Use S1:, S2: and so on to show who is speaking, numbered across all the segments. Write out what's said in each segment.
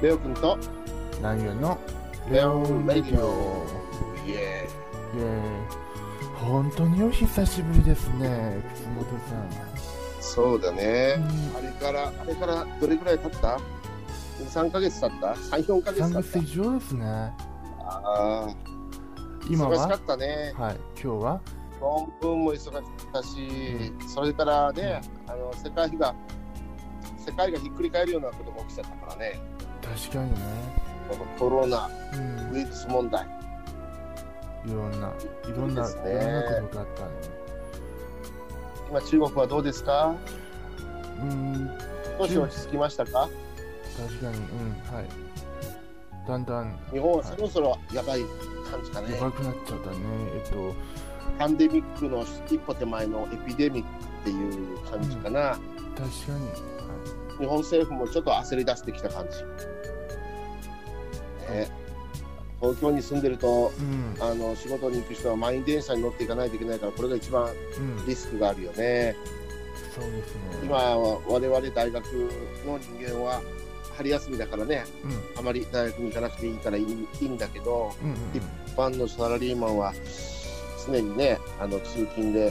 S1: レオくんと
S2: 南園の
S1: レオンレディオイエ
S2: イエーイ本当にお久しぶりですね楠本さ
S1: ーイそうだね、
S2: うん
S1: あれからあれからどれぐらい経った3ヶ月経った34ヶ
S2: ん
S1: 月
S2: 3月
S1: 経っ
S2: 以上ですね
S1: たああ
S2: 今
S1: 忙しか
S2: は
S1: ったね
S2: はい今日は
S1: 論文も忙しかったし、それからね、あの世界が世界がひっくり返るようなことも起きちゃったからね
S2: 確かにね
S1: このコロナ
S2: うん
S1: ウイルス問題
S2: いろんないろんな
S1: で
S2: い
S1: すね
S2: ろんなことがあったね
S1: 今中国はどうですか
S2: うん
S1: 少し落ち着きましたか
S2: 確かにうんはいだんだん
S1: 日本はそろそろやばい感じかね、
S2: やばくなっちゃったねえっと
S1: パンデミックの一歩手前のエピデミックっていう感じかな、
S2: 確かにはい
S1: 日本政府もちょっと焦り出してきた感じ、ね、東京に住んでると
S2: うん
S1: あの仕事に行く人は満員電車に乗っていかないといけないからこれが一番
S2: うん
S1: リスクがあるよね
S2: そうですね
S1: 今は我々大学の人間は春休みだからね
S2: うんうん
S1: あまり大学に行かなくていいからいいいいんだけど
S2: うん
S1: 一一般のサラリーマンは常にねあの通勤で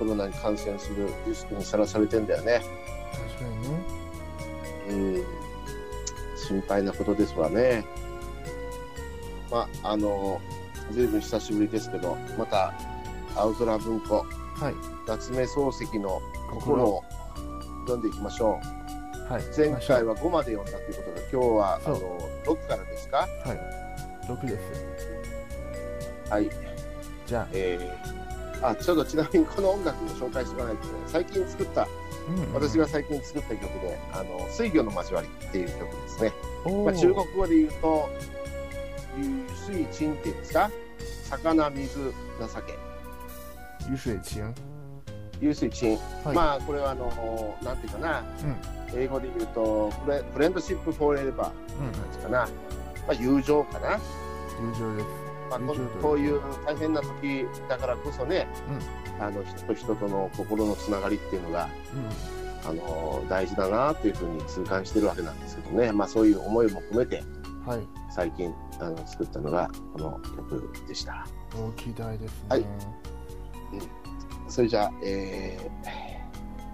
S1: コロナに感染するリスクにさらされてんだよね
S2: 確かにね
S1: うん心配なことですわねまああのずいぶん久しぶりですけどまた青空文庫
S2: はい
S1: 夏目漱石の心を読んでいきましょう
S2: はい
S1: 前
S2: まあ
S1: 回は5まで読んだということで今日はあ
S2: そう
S1: の6からですか
S2: はい6です
S1: はい
S2: じゃ
S1: えーあちょっとちなみにこの音楽も紹介しておかないとね最近作った
S2: あ、うんうん
S1: 私が最近作った曲で「あの水魚の交わり」っていう曲ですね、
S2: おー
S1: まあ、中国語で言うと「流水鎮」っていうんですか魚水情け
S2: 雨水情
S1: 流水鎮、
S2: はい
S1: まあこれはあのなんていうかな、英語で言うとフレフレンドシップフォーエーバーって
S2: うん
S1: 感じかな、まあ、友情かな、
S2: 友情です
S1: まあ、こ
S2: 友情だよね
S1: こういう大変な時だからこそね、あの人と人との心のつながりっていうのが
S2: う
S1: あの大事だなというふうに痛感してるわけなんですけどね、まあ、そういう思いも込めて
S2: んはい
S1: 最近あの作ったのがこの曲でした
S2: 大きい台ですね
S1: はいそれじゃあ、え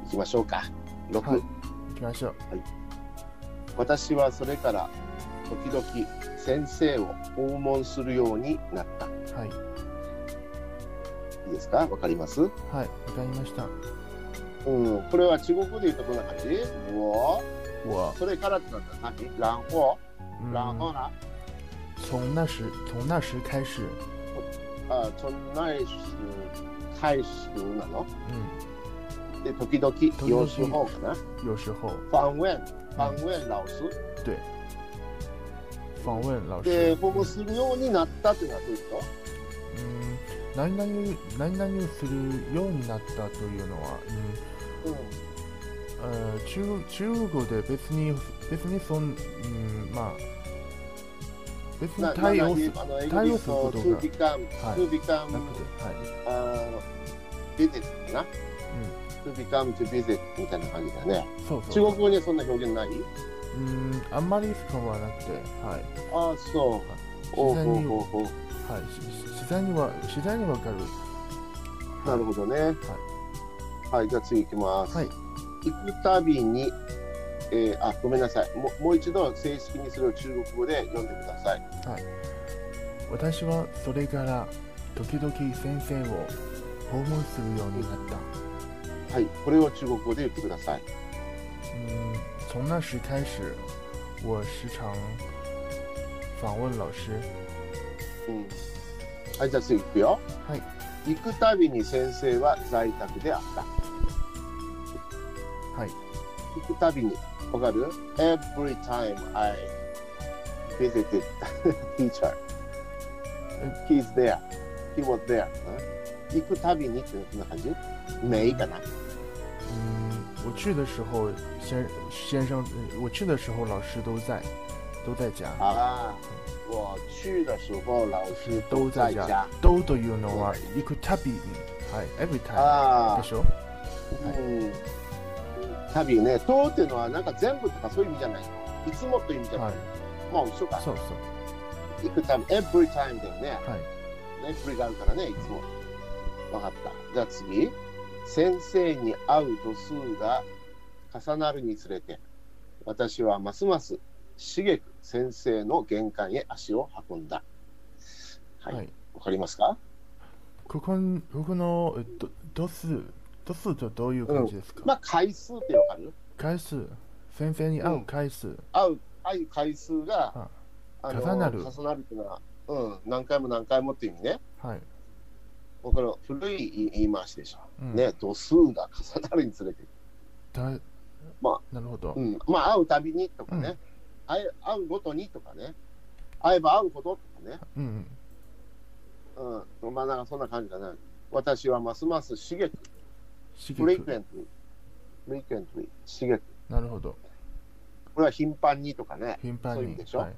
S1: ー、いきましょうか6、
S2: はい行きましょう
S1: 私はそれから時々先生を訪問するようになったい
S2: はい
S1: いですかわかります
S2: はいわかりました
S1: うんこれは中国語で言うとどんな感じ我
S2: 我
S1: それからってなったら何然后
S2: 嗯
S1: 然后な
S2: 从那时从那时开始
S1: あそんなし開始なの
S2: 嗯
S1: で時々様子方かな。
S2: 有时候
S1: 访問、訪問老師。
S2: 对访问老
S1: で、
S2: 师
S1: 保護するようになったっていうのはどういうこ
S2: 嗯何々何々するようになったというのは
S1: と？う
S2: うん
S1: ん。
S2: あー中国中国語で別に別にそん、うん、まあ別に対応する
S1: あの英語
S2: 対
S1: で
S2: 応することが
S1: 言うと to become、
S2: はい
S1: to become
S2: なくてはい、
S1: あー visit かな。to become to visit みたいな感じだね。
S2: うん、そうそう
S1: 中国語にはそんな表現ない？
S2: うんあんまり使わなくてはい
S1: ああ、そう。おう
S2: 自然
S1: ほう
S2: に
S1: ほうほう。
S2: はいし自然には自然にわかる
S1: なるほどね。はい。はい、じゃあ次行きます。
S2: はい
S1: 行くたびに、えー、あ、ごめんなさい。ももう一度正式にそれを中国語で読んでください。
S2: 私はそれから時々先生を訪問するようになった
S1: はい、これを中国語で言ってください。
S2: 嗯从那时开始我时常访问老师
S1: うん。はい、じゃあ次行くよ。
S2: はい
S1: 行くたびに先生は在宅であった。
S2: はい
S1: 行くたびに、わかる ?Every time I visited teacher, he's there, he was there. 行くたびにってこんな感じめいかな。
S2: 嗯，我去的时候，先先生，呃我去的时候老师都在，都在家。
S1: ああ、我去的时候老
S2: 是
S1: 师
S2: 都
S1: 都
S2: 在
S1: 在
S2: 家
S1: 家。，
S2: 都都 you know 啊，you could tap in，嗨，every time，
S1: あ
S2: で
S1: あ
S2: しょ？
S1: うん旅ね、とうっていうのはなんか全部とかそういう意味じゃない。いつもという意味じゃな。
S2: はいい
S1: まあ一緒か。
S2: そうそう
S1: いくため、every time だよね。
S2: はい
S1: every があるからね、いつも。わかった。じゃあ次。先生に会う度数が重なるにつれて、私はますます茂く先生の玄関へ足を運んだ。はい。わ、
S2: はい
S1: かりますか
S2: ここんここのえど度数度数とどういう感じですか、
S1: まあ回数ってわかる
S2: 回数先生に会う回数、
S1: 会う、会う回数が
S2: あ、
S1: あの
S2: 重なる
S1: 重なるっていうのは、うん、何回も何回もっていう意味ね。
S2: はい、
S1: これ古い言い回しでしょ。
S2: うん、
S1: ね、度数が重なるにつれて、
S2: だ
S1: ま
S2: なるほど、
S1: うん、まあ会うたびにとかね、
S2: うん
S1: 会え会うごとにとかね、会えば会うほどとかね、
S2: うん
S1: うん、まあなんかそんな感じだね。私はますます刺激、
S2: 刺
S1: フレク
S2: 激
S1: エントリー、フレクエントリー、刺激。
S2: なるほど
S1: これは頻繁にとかね、
S2: 頻
S1: そうい
S2: 繁
S1: う意
S2: に
S1: 味でしょ
S2: はい、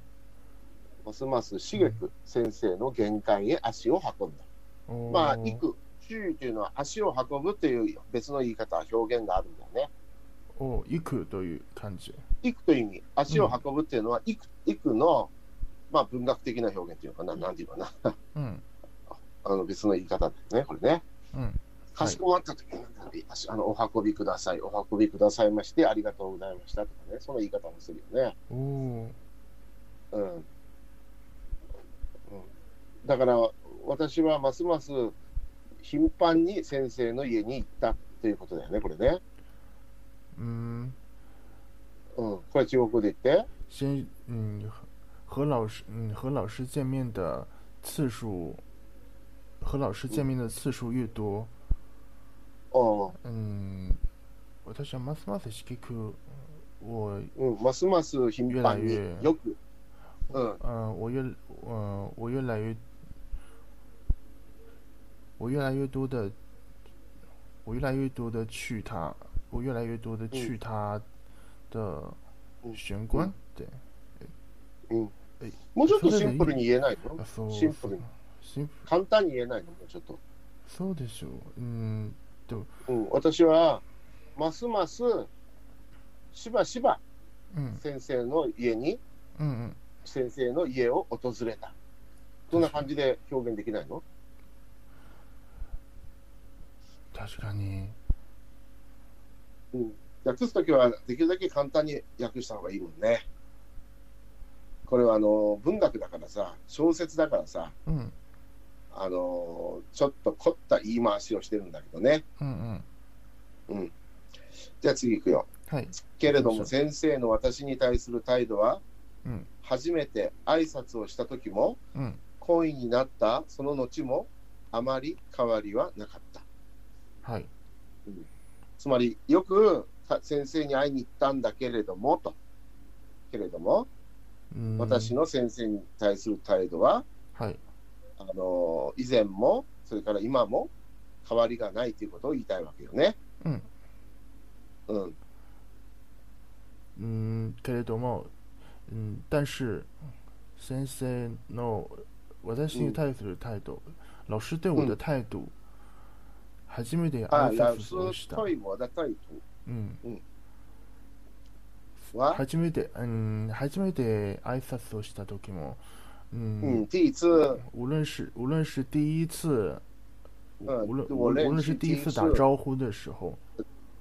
S1: ますます刺激、先生の玄関へ足を運んだ。
S2: おー
S1: まあ、行く、注意というのは足を運ぶという別の言い方、表現があるんだよね。
S2: おー行くという感じ
S1: 行くという意味、足を運ぶっていうのは、行く、行くの、まあ文学的な表現というのかな、なんていうのかな。
S2: うん
S1: あの別の言い方だよね、これね。
S2: うん
S1: かしこまった時に、あの、お運びください、お運びくださいまして、ありがとうございましたとかね、その言い方もするよね。
S2: おおー
S1: うん。うん、だから、私はますます頻繁に先生の家に行ったということだよね、これね。
S2: うーん
S1: うん。これ中国語で言って。
S2: 先嗯和老师嗯和老师见面的次数，和老师见面的次数越多，
S1: うん。
S2: 嗯，私はますます聞く我
S1: うん、ますます頻繁に
S2: いやいや
S1: よく。うん。
S2: 嗯、我越嗯、我越来越我越来越多的我越来越多的去他，我越来越多的去他的
S1: 嗯
S2: 玄关，对，
S1: もうちょっとシンプルに言えないの
S2: 啊，そう
S1: シンプルに
S2: そう
S1: 簡単に言えないのもうちょっと。
S2: そうでしょう。うん
S1: うん、私はますますしばしば
S2: うん
S1: 先生の家に
S2: うんうん。
S1: 先生の家を訪れたそんな感じで表現できないの
S2: 確かに。
S1: 訳すときはできるだけ簡単に訳した方がいいもんねこれはあの文学だからさ小説だからさ
S2: うん
S1: あのちょっと凝った言い回しをしてるんだけどね
S2: うんうん。
S1: じゃあ次行くよ
S2: はい。
S1: けれども先生の私に対する態度は、
S2: うん
S1: 初めて挨拶をした時も
S2: うん。
S1: 懇意になったその後もあまり変わりはなかった
S2: はい。
S1: つまりよくか先生に会いに行ったんだけれどもとけれども
S2: うん
S1: 私。の先生に対する態度は、
S2: はい。
S1: あの以前もそれから今も変わりがないということを言いたいわけよね
S2: うん。
S1: うん
S2: うん。けれども、うん、但是先生の私に対する態度、老师对我的态度、初めて
S1: あ
S2: 挨
S1: ラ
S2: 拶
S1: ウス
S2: をした。
S1: トイモだタイ
S2: うん。
S1: プは、
S2: 初めて、うん、初めて挨拶をした時も、う
S1: うん、
S2: ん、
S1: 第一次
S2: 无论是无论是第一次，
S1: 嗯
S2: 无论
S1: 我
S2: 无
S1: 认
S2: 论
S1: 识
S2: 是第一
S1: 第一
S2: 次打
S1: 次
S2: 招呼的时候，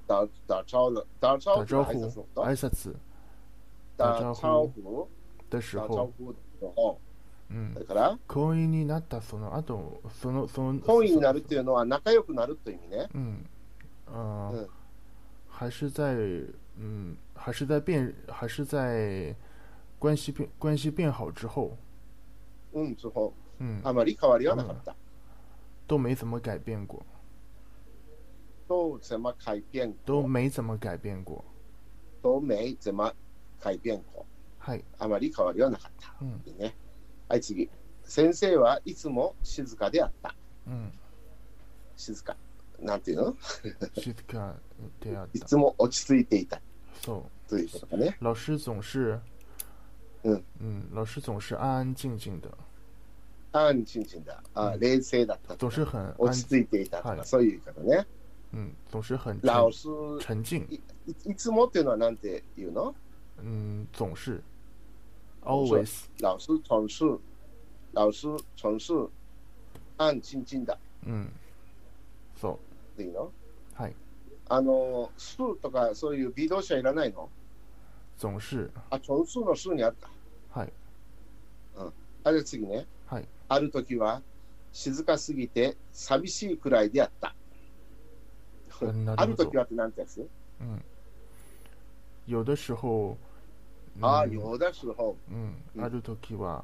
S1: 打打招呼打招
S2: 打
S1: 呼
S2: 招
S1: 挨
S2: 呼
S1: 拶のこと
S2: 挨拶
S1: 打
S2: 打
S1: 招
S2: 招呼
S1: 呼
S2: 的时
S1: 打招
S2: 候，
S1: 呼呃の
S2: 嗯
S1: それ，から
S2: 婚姻になったその後、そのその
S1: 懇意になるっていうのは仲良くなるという意味ね
S2: 嗯，呃
S1: 嗯
S2: 还是在嗯，还是在变，还是在关系变关系变好之后，
S1: うんそう
S2: 嗯，
S1: あまり変わりはなかった。
S2: 都没怎么改变过，
S1: と、怎么改变
S2: 都
S1: と、
S2: 没怎么改变过，
S1: と、没怎么改变と、
S2: 嗨，
S1: あまり変わりはなかった。
S2: うん
S1: いいね、はい、次。先生はいつも静かであった。
S2: 嗯，
S1: 静か。なんていうの
S2: 静かであっ
S1: い
S2: た
S1: つ。も落ち着いていた
S2: そう。
S1: ということかね。
S2: 老师总是，
S1: 嗯
S2: 老师总是安安静静的，
S1: あんちんちんだ。あ
S2: うん
S1: 冷静だったとか。
S2: 总是很安
S1: 落ち着いていたと
S2: は
S1: か、
S2: い
S1: そういう言い方ね。
S2: 嗯，总是很
S1: ラオス、
S2: 沉沉静。
S1: いいつもっていうのはなんていうの
S2: 嗯，总是
S1: 总
S2: ，always，
S1: 老师总是，老师总是安静静的，
S2: 嗯，so，
S1: いいの
S2: はい、
S1: あの、すとかそういう微動詞はいらないの
S2: 总是、
S1: あ、总数の数にあった。
S2: はい、
S1: あれ次ね。
S2: はい、
S1: ある時は静かすぎて寂しいくらいであった。
S2: 嗯な
S1: あ
S2: る
S1: る
S2: ほど
S1: 時。はって何てやつ、
S2: 嗯，有的时候，
S1: ああ、
S2: 嗯
S1: よだしほ
S2: 嗯，
S1: 啊嗯
S2: ある時は、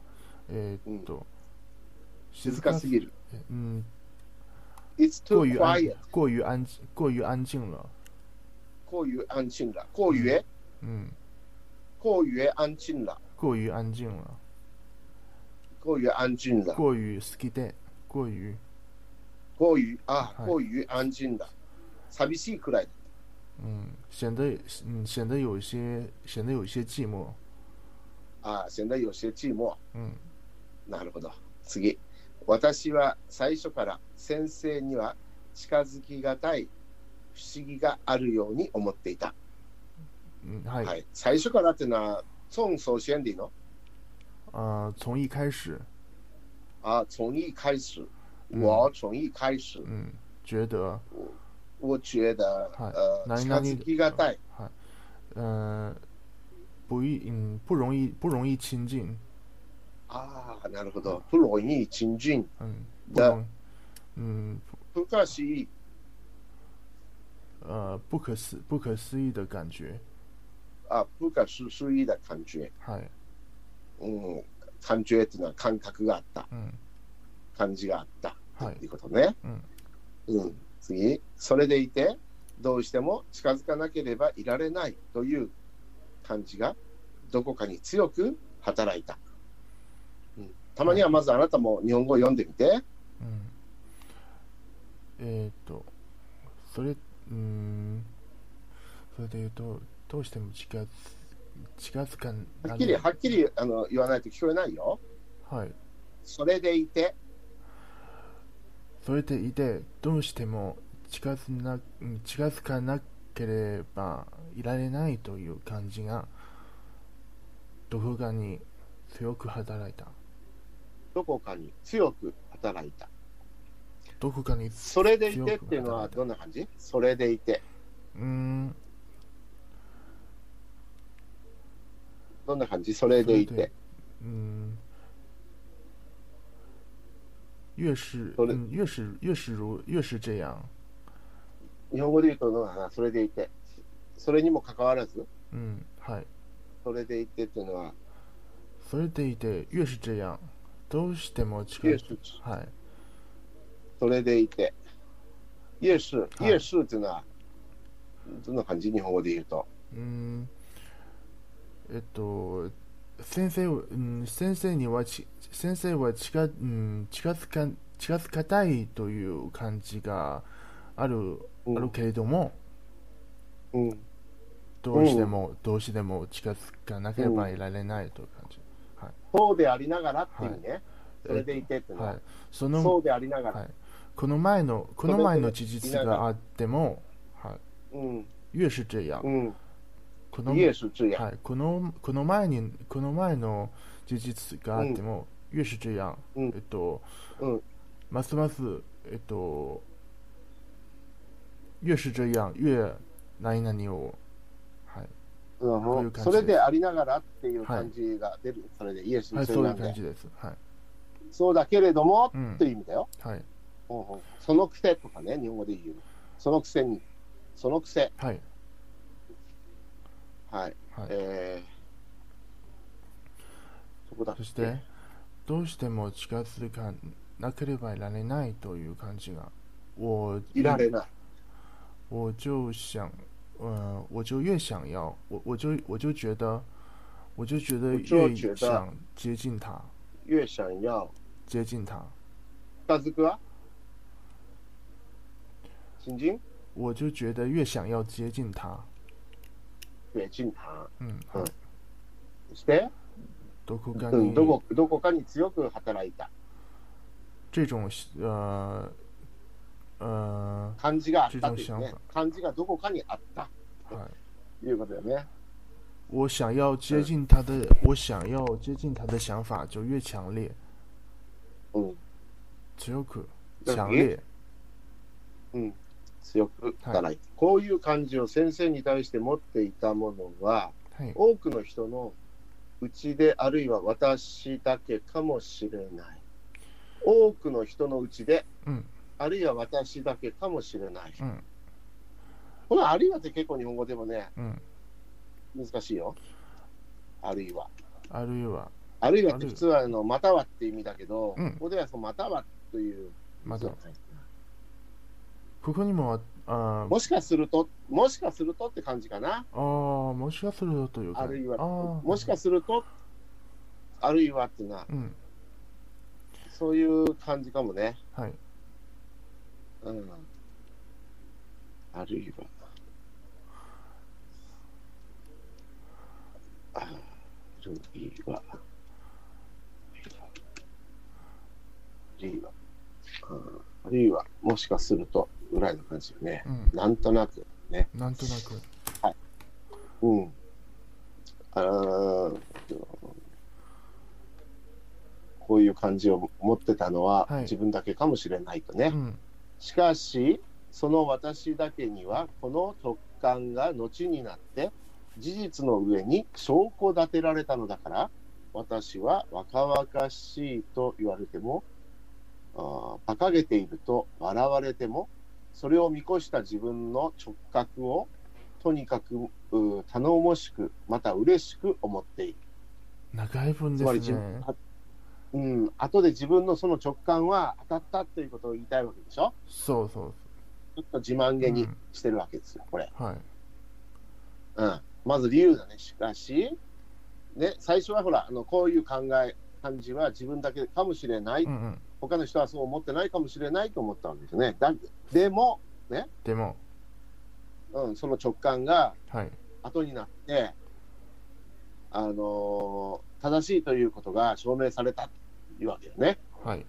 S2: えーっと、
S1: 静かすぎる。
S2: 嗯，
S1: It's
S2: 过
S1: too
S2: 于安
S1: quiet.
S2: 过于安静，过于安静了。
S1: こういう安心ら。こういうえ、
S2: 嗯，
S1: こういうえ安心ら。
S2: 过于安静了，
S1: こういう安心ら。
S2: 过于 ski day，过于
S1: こういう、ああ、
S2: はい
S1: こういう安心ら。寂しいくらい。
S2: 嗯，显得嗯显得有一些显得有一些寂寞。
S1: ああ、仙台よしえチームは。
S2: 嗯，
S1: なるほど。次。私は最初から先生には近づきがたい不思議があるように思っていた。
S2: 嗯，还
S1: はい、最初からっていうのは、孫総支援でいいの
S2: 呃，从一开始，
S1: あ、从一开始。
S2: 嗯
S1: 我从一开始。
S2: 嗯，觉得，
S1: 我觉得、
S2: はい
S1: 呃、
S2: 何
S1: 近
S2: 々
S1: づきがたい。
S2: 呃，不易，嗯，不容易，不容易亲近，
S1: ああ、なるほど。不容易亲近。
S2: 嗯，不
S1: 的
S2: 容，嗯，
S1: 不可思議。
S2: 呃，不可思不可思议的感觉，
S1: あ、不可思議な感じ。
S2: 嗨，
S1: うん。感じっていうのは感覚があった。
S2: 嗯，
S1: 感じがあった。
S2: はい
S1: ということね。
S2: うん
S1: うん次、それでいて、どうしても近づかなければいられないという感じが、どこかに強く働いた。うんたまにはまずあなたも日本語を読んでみて。
S2: 嗯，えーっと、それ、うん、それで言うと、どうしても近づ近づかん
S1: はっきり、はっきりあの言わないと聞こえないよ。
S2: はい、
S1: それでいて、
S2: それでいて、どうしても近づなうん近づかなければいられないという感じが、どこかに強く働いた。
S1: どこかに強く働いた。
S2: どこかに、
S1: それでいてっていうのはどんな感じそれでいて。
S2: うん、
S1: どんな感じそれでい
S2: そ
S1: て。
S2: 嗯，越是
S1: それ
S2: 嗯越是越是如越是这样，
S1: 日本語で言うとどうだなそれでいて。それにもかかわらず、
S2: 嗯，嗨，
S1: それでいてっていうのは、
S2: 所以得得越是这样，都是得么去
S1: 夜
S2: 看，
S1: 市、
S2: 嗨，
S1: それでいて、夜市、
S2: い
S1: 夜市っていうのは、どんな感じ日本語で言うと。
S2: 嗯，えっと先生をうん先生にはち先生は近うん近づか近づかたいという感じがある
S1: うん
S2: あるけれども、
S1: うん。
S2: どうしてもどうしてでも近づかなければいられないという感じ。
S1: そうでありながらっていう意味ね。それでいてっていうのは、
S2: はい、その
S1: そうでありながら。
S2: はいこの前のこの前の事実
S1: それで
S2: があっても、は
S1: うん。
S2: い、越是这样、
S1: うん。
S2: この
S1: 夜市这样。
S2: はい、このこの前にこの前の事実があっても、越是这样、
S1: うん
S2: えっと、
S1: うん
S2: ますますえっと越是这样越何々をはい、
S1: うん
S2: こういう感じ
S1: そ
S2: です
S1: れでありながらっていう感じが出る。それで夜市
S2: はい、
S1: そ
S2: そう
S1: れ
S2: い
S1: な
S2: うん感
S1: で。
S2: じですはい、
S1: そうだけれども
S2: う
S1: っ
S2: ん
S1: ていう意味だよ。
S2: はい
S1: うんうんその癖とかね、日本語で言う。その癖に。その癖。
S2: はい
S1: はい。
S2: はい
S1: えー、そこだっけ
S2: そしてどうしても近づかなければいられないという感じが我
S1: いられない。
S2: 我就想，呃，我就越想要，我我就我就觉得，我就觉得
S1: 我就觉
S2: 越
S1: 得
S2: 想接近他，
S1: 越想要
S2: 接近他，
S1: 近づくわ新人
S2: 我就觉得越想要接近他。
S1: 越近他。
S2: 嗯，
S1: 嗯
S2: はい
S1: そして、
S2: どこか
S1: うん、
S2: に
S1: どこどこかに強く働いた
S2: 这种呃呃，
S1: 感じがあったとい
S2: 自
S1: う
S2: 動車
S1: ね。感じがどこかにあった
S2: はい
S1: ということだよね。
S2: 哎我想要接近他的，我想要接近他的想法就越强烈。
S1: うん、
S2: 強く、
S1: だから
S2: 強烈。
S1: うん、強く働いて、こういう感じを先生に対して持っていたものは、
S2: はい。
S1: 多くの人のうちで、あるいは私だけかもしれない。多くの人のうちで、
S2: うん。
S1: あるいは私だけかもしれない。
S2: うん
S1: このあるいはって結構日本語でもね、
S2: うん。
S1: 難しいよ。あるいは。
S2: あるいは、
S1: あるいはって普通はあの、またはって意味だけど、
S2: うん
S1: ここではそのまたはという。
S2: ま
S1: 嗯
S2: た、ここにも、あー
S1: もしかすると、もしかするとって感じかな。
S2: あー、哦もしかするとというか、
S1: あるいは、
S2: あー
S1: もしかすると、あるいはっていうのは、
S2: うん。
S1: そういう感じかもね。
S2: はい。
S1: うん。あるいは。あるいは。あるいは。うんあるいは、もしかすると、ぐらいの感じよね。
S2: うん。
S1: なんとなく。
S2: なんとなく。
S1: うん。あーこういう感じを持ってたのは
S2: はい
S1: 自分だけかもしれないとね。
S2: うん。
S1: しかし、その私だけには、この直感が後になって、事実の上に証拠立てられたのだから、私は若々しいと言われても、あー馬鹿げていると笑われても、それを見越した自分の直覚を、とにかくうー頼もしく、また嬉しく思っている。
S2: 長い分
S1: つまり
S2: で
S1: 自
S2: す
S1: 分、
S2: ね。
S1: あうん、後で自分のその直感は当たったということを言いたいわけでしょ
S2: そうそう。
S1: ちょっと自慢げに
S2: うん
S1: してるわけですよ、これ。
S2: はい。
S1: うん。まず理由だね。しかし、ね、最初はほら、あのこういう考え、感じは自分だけかもしれない、
S2: うんうん。
S1: 他の人はそう思ってないかもしれないと思ったわけですね。だでも、
S2: でも、
S1: うん、その直感が
S2: はい。
S1: 後になって、あのー正しいということが証明されたというわけよね。
S2: はい。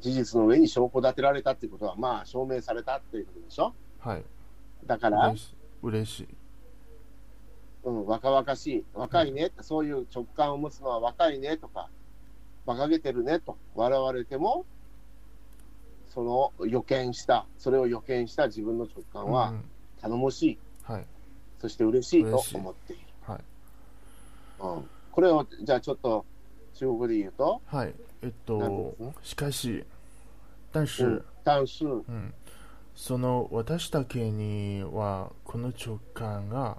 S1: 事実の上に証拠立てられたということは、まあ、証明されたということでしょ。
S2: はい。
S1: だから
S2: 嬉、し嬉しい。
S1: うん、若々しい、若いね、そういう直感を持つのは若いねとか、馬鹿げてるねと笑われても、その予見した、それを予見した自分の直感
S2: う
S1: は
S2: ん
S1: 頼もしい、
S2: はい。
S1: そして嬉しいと
S2: 嬉しい
S1: 思っている。
S2: はい。
S1: うん、これを、じゃあちょっと中国語で言うと、
S2: はい。えっ
S1: なんで
S2: と
S1: すね、
S2: しかし、但
S1: う
S2: 是
S1: ん、単数、
S2: うん、その私だけにはこの直感が、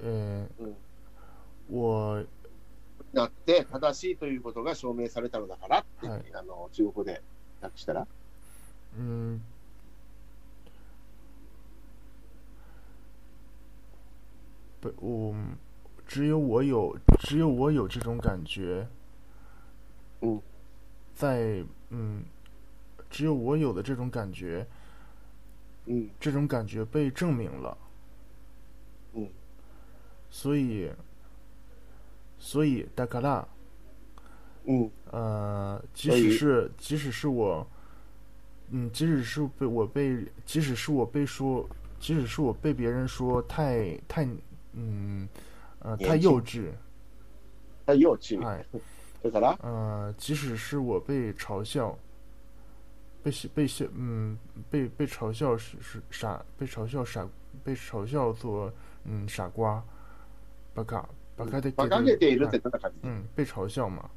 S2: え
S1: うん、
S2: ー、我
S1: なって、正しいということが証明されたのだからって、
S2: はい
S1: あの中国語で訳したら、
S2: うん不我只有我有只有我有这种感觉，
S1: 嗯，
S2: 在嗯，只有我有的这种感觉，
S1: うん、
S2: 这种感觉被证明了。
S1: 嗯，
S2: 所以，所以だから，
S1: うん、
S2: 呃，即
S1: 所以
S2: 使是即使是我，嗯，即使是被我被即使是我被说，即使是我被别人说太太，嗯，呃，
S1: 年
S2: 太
S1: 轻
S2: 幼稚，
S1: はい要注意。
S2: 哎，
S1: だから、
S2: 呃，即使是我被嘲笑，被笑被笑，嗯，被被嘲笑是是傻，被嘲笑傻，被嘲笑做嗯傻瓜，巴卡巴
S1: 嗯
S2: 卡的
S1: 馬鹿げているってどんな感じ
S2: 嗯，被嘲笑嘛，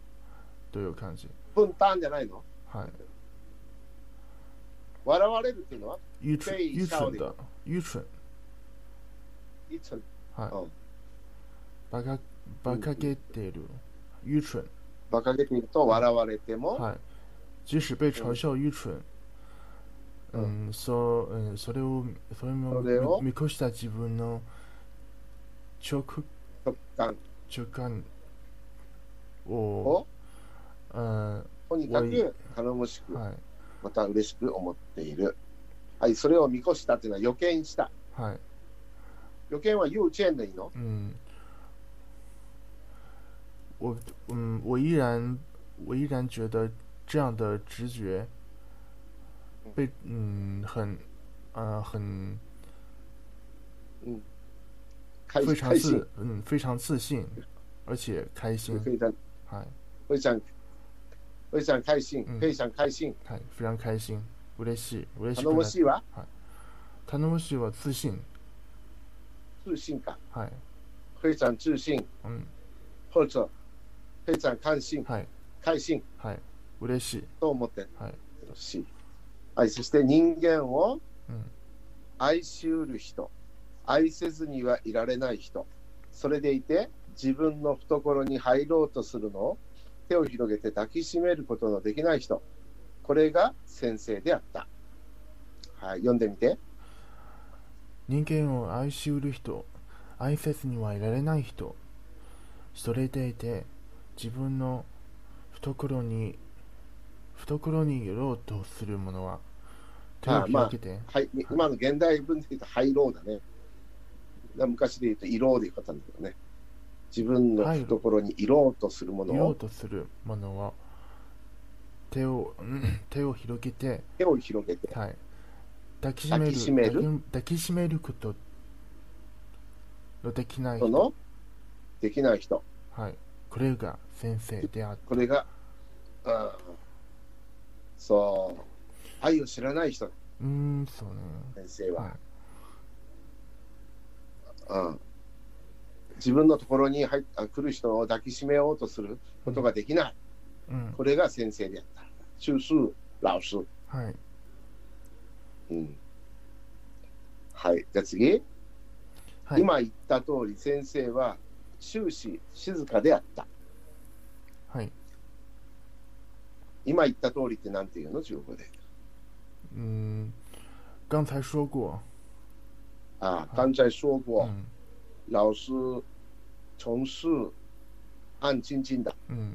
S2: 都有看见，
S1: 分担じゃないの
S2: 嗨，
S1: 笑われるっていうのは、
S2: 愚蠢
S1: 被
S2: 愚
S1: 笑
S2: 蠢
S1: 的
S2: 的愚蠢，
S1: いつ
S2: 嗨
S1: 哦，
S2: 巴卡巴卡给得鲁，愚蠢，
S1: 馬鹿げていると笑われても、
S2: 嗨，即使被嘲笑愚蠢。
S1: 嗯
S2: 嗯，そう、うん、それを、それも
S1: それを
S2: 見見越した自分の直
S1: 直感
S2: 直感を
S1: を、
S2: うん、
S1: とにかく頼もしく、
S2: はい、
S1: また嬉しく思っている。はい、それを見越したっていうのは予見した。
S2: はい、
S1: 予見は幼稚園でいいの
S2: 嗯，我，嗯，我依然，我依然觉得这样的直觉嗯被，嗯，很，呃，很，
S1: 嗯，开
S2: 非常
S1: 开心
S2: 自，嗯非常自信，而且开心，
S1: 非常
S2: はい
S1: 非常非常开心
S2: うん，
S1: 非常开心。
S2: はい非常开心，嬉しい嬉
S1: 頼
S2: しくな
S1: も
S2: い。
S1: しいわ、
S2: 頼もしいは自信、
S1: 自信感，
S2: はい、
S1: 非常自信，
S2: うん
S1: 或者非常开心、
S2: はい
S1: 开心
S2: はい嬉しい、
S1: と思って
S2: はい
S1: ほしい。はい、そして人間を
S2: うん
S1: 愛しうる人、愛せずにはいられない人、それでいて自分の懐に入ろうとするのを手を広げて抱きしめることのできない人、これが先生であった。はい、読んでみて。
S2: 人間を愛しうる人、愛せずにはいられない人、それでいて自分の懐に懐に寄ろうとする者は手を広げて、
S1: はい、今の現代文で言うと入ろうだね。昔で言うと、いろうで言い方なんだけどね。自分の懐にいろうとするもの
S2: いよう
S1: を
S2: とする者は手をうん手を広げて、
S1: 手を広げて、
S2: はい、抱きしめる
S1: 抱きしめる
S2: 抱き抱きしめることのできない
S1: そ
S2: 人、
S1: のできない人、
S2: はい、これが先生であっ
S1: これが、うん、そう、愛を知らない人、
S2: うーんそうね
S1: 先生
S2: はい
S1: は。うん、自分のところに入っあ来る人を抱きしめようとすることができない。
S2: うん
S1: これが先生であった。中枢、老師。
S2: はい
S1: うんはい、じゃあ次、
S2: はい
S1: 今言った通り先生は終始静かであった
S2: はい
S1: 今言った通りってなんて言うの中国で
S2: 嗯，刚才说过，
S1: ああ刚才说过、
S2: 嗯
S1: 老师从事安静静だ
S2: 嗯，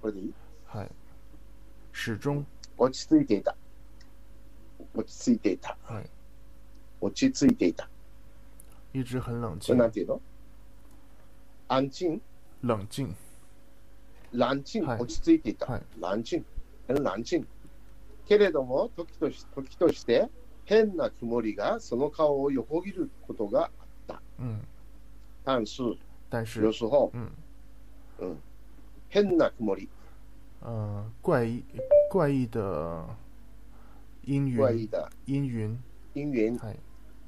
S1: これでいい
S2: 嗨，始终
S1: 落ち着いていた落ち着いていた
S2: 嗨，
S1: 落ち着いていた
S2: 一直很冷
S1: そ
S2: 静
S1: れ、なんて言うの安静
S2: 冷静，
S1: 乱鎮、
S2: はい
S1: 落ち着いていた、
S2: はい
S1: 乱鎮、乱鎮。けれども時とし、時として変な曇りがその顔を横切ることが、
S2: 嗯，
S1: 但是、
S2: 但是
S1: 有时候、
S2: 嗯
S1: 変な曇り、
S2: 呃，怪异怪异的阴
S1: 具合い
S2: 云，
S1: だ、
S2: 阴云，
S1: 因縁、
S2: 嗨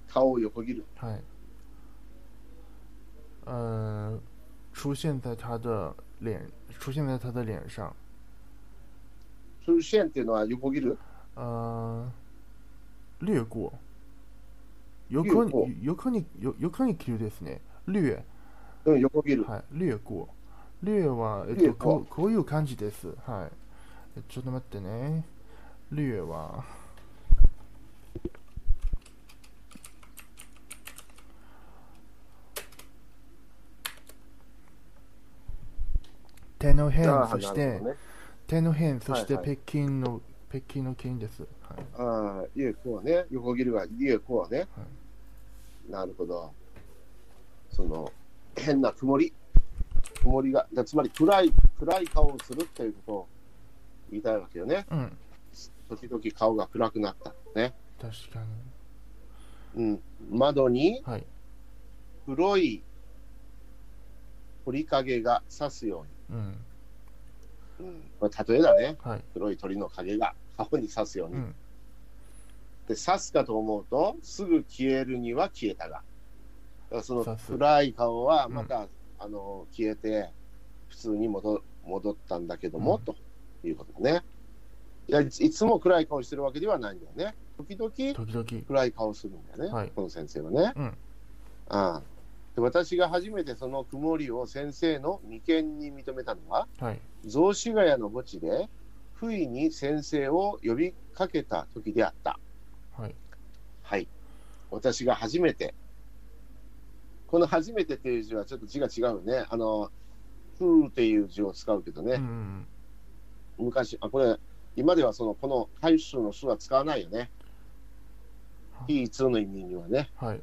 S1: 顔を横切る。
S2: 嗨，呃，出现在他的脸，出现在他的脸上，
S1: 通信っていうのは横切る
S2: 呃，掠过。有
S1: 掠
S2: 可
S1: 过
S2: 能，有可能，有有可能切るですね。掠、
S1: うん、横切る。
S2: はい、略語。略は、えっ
S1: 略
S2: と、
S1: 語
S2: こうこういう感じです。はい。えちょっと待ってね。略は、手の辺、
S1: ああ
S2: そし
S1: な
S2: て
S1: るほ、どね、
S2: 手の辺、そして
S1: はいは
S2: 北京の、北京の県です。はい。
S1: ああ、ゆうこうね、横切るは、ゆうこうね、なるほど。その、変な曇り。曇りが、だつまり暗い、暗い顔をするっていうことを言いたいわけよね。
S2: うん、
S1: 時々顔が暗くなった。ね。
S2: 確かに。
S1: うん。窓に
S2: はい。
S1: 黒い鳥影が刺すよ
S2: うん、
S1: うに。うん。これ例えだね。
S2: はい。
S1: 黒い鳥の影が顔に刺すよう
S2: う
S1: に。
S2: ん、
S1: で、刺すかと思うと、すぐ消えるには消えたが。だからその
S2: 刺す
S1: 暗い顔はまた、あの消えて、普通に戻戻ったんだけども、
S2: うん
S1: ということだねいやいつ。いつも暗い顔してるわけではないんだよね。時々
S2: 時々、
S1: 暗い顔するんだよね、
S2: はい
S1: この先生はね。
S2: うん
S1: ああで私が初めてその曇りを先生の眉間に認めたのは、
S2: はい。
S1: 雑司ヶ谷の墓地で不意に先生を呼びかけた時であった。
S2: はい。
S1: はい。私が初めて。この初めてっていう字はちょっと字が違うね。あの、ふーっていう字を使うけど
S2: う
S1: ね。
S2: ん、
S1: 昔、あ、これ、今ではその、この回数の数は使わないよね。
S2: はい
S1: T2 の意味にはね。
S2: はい。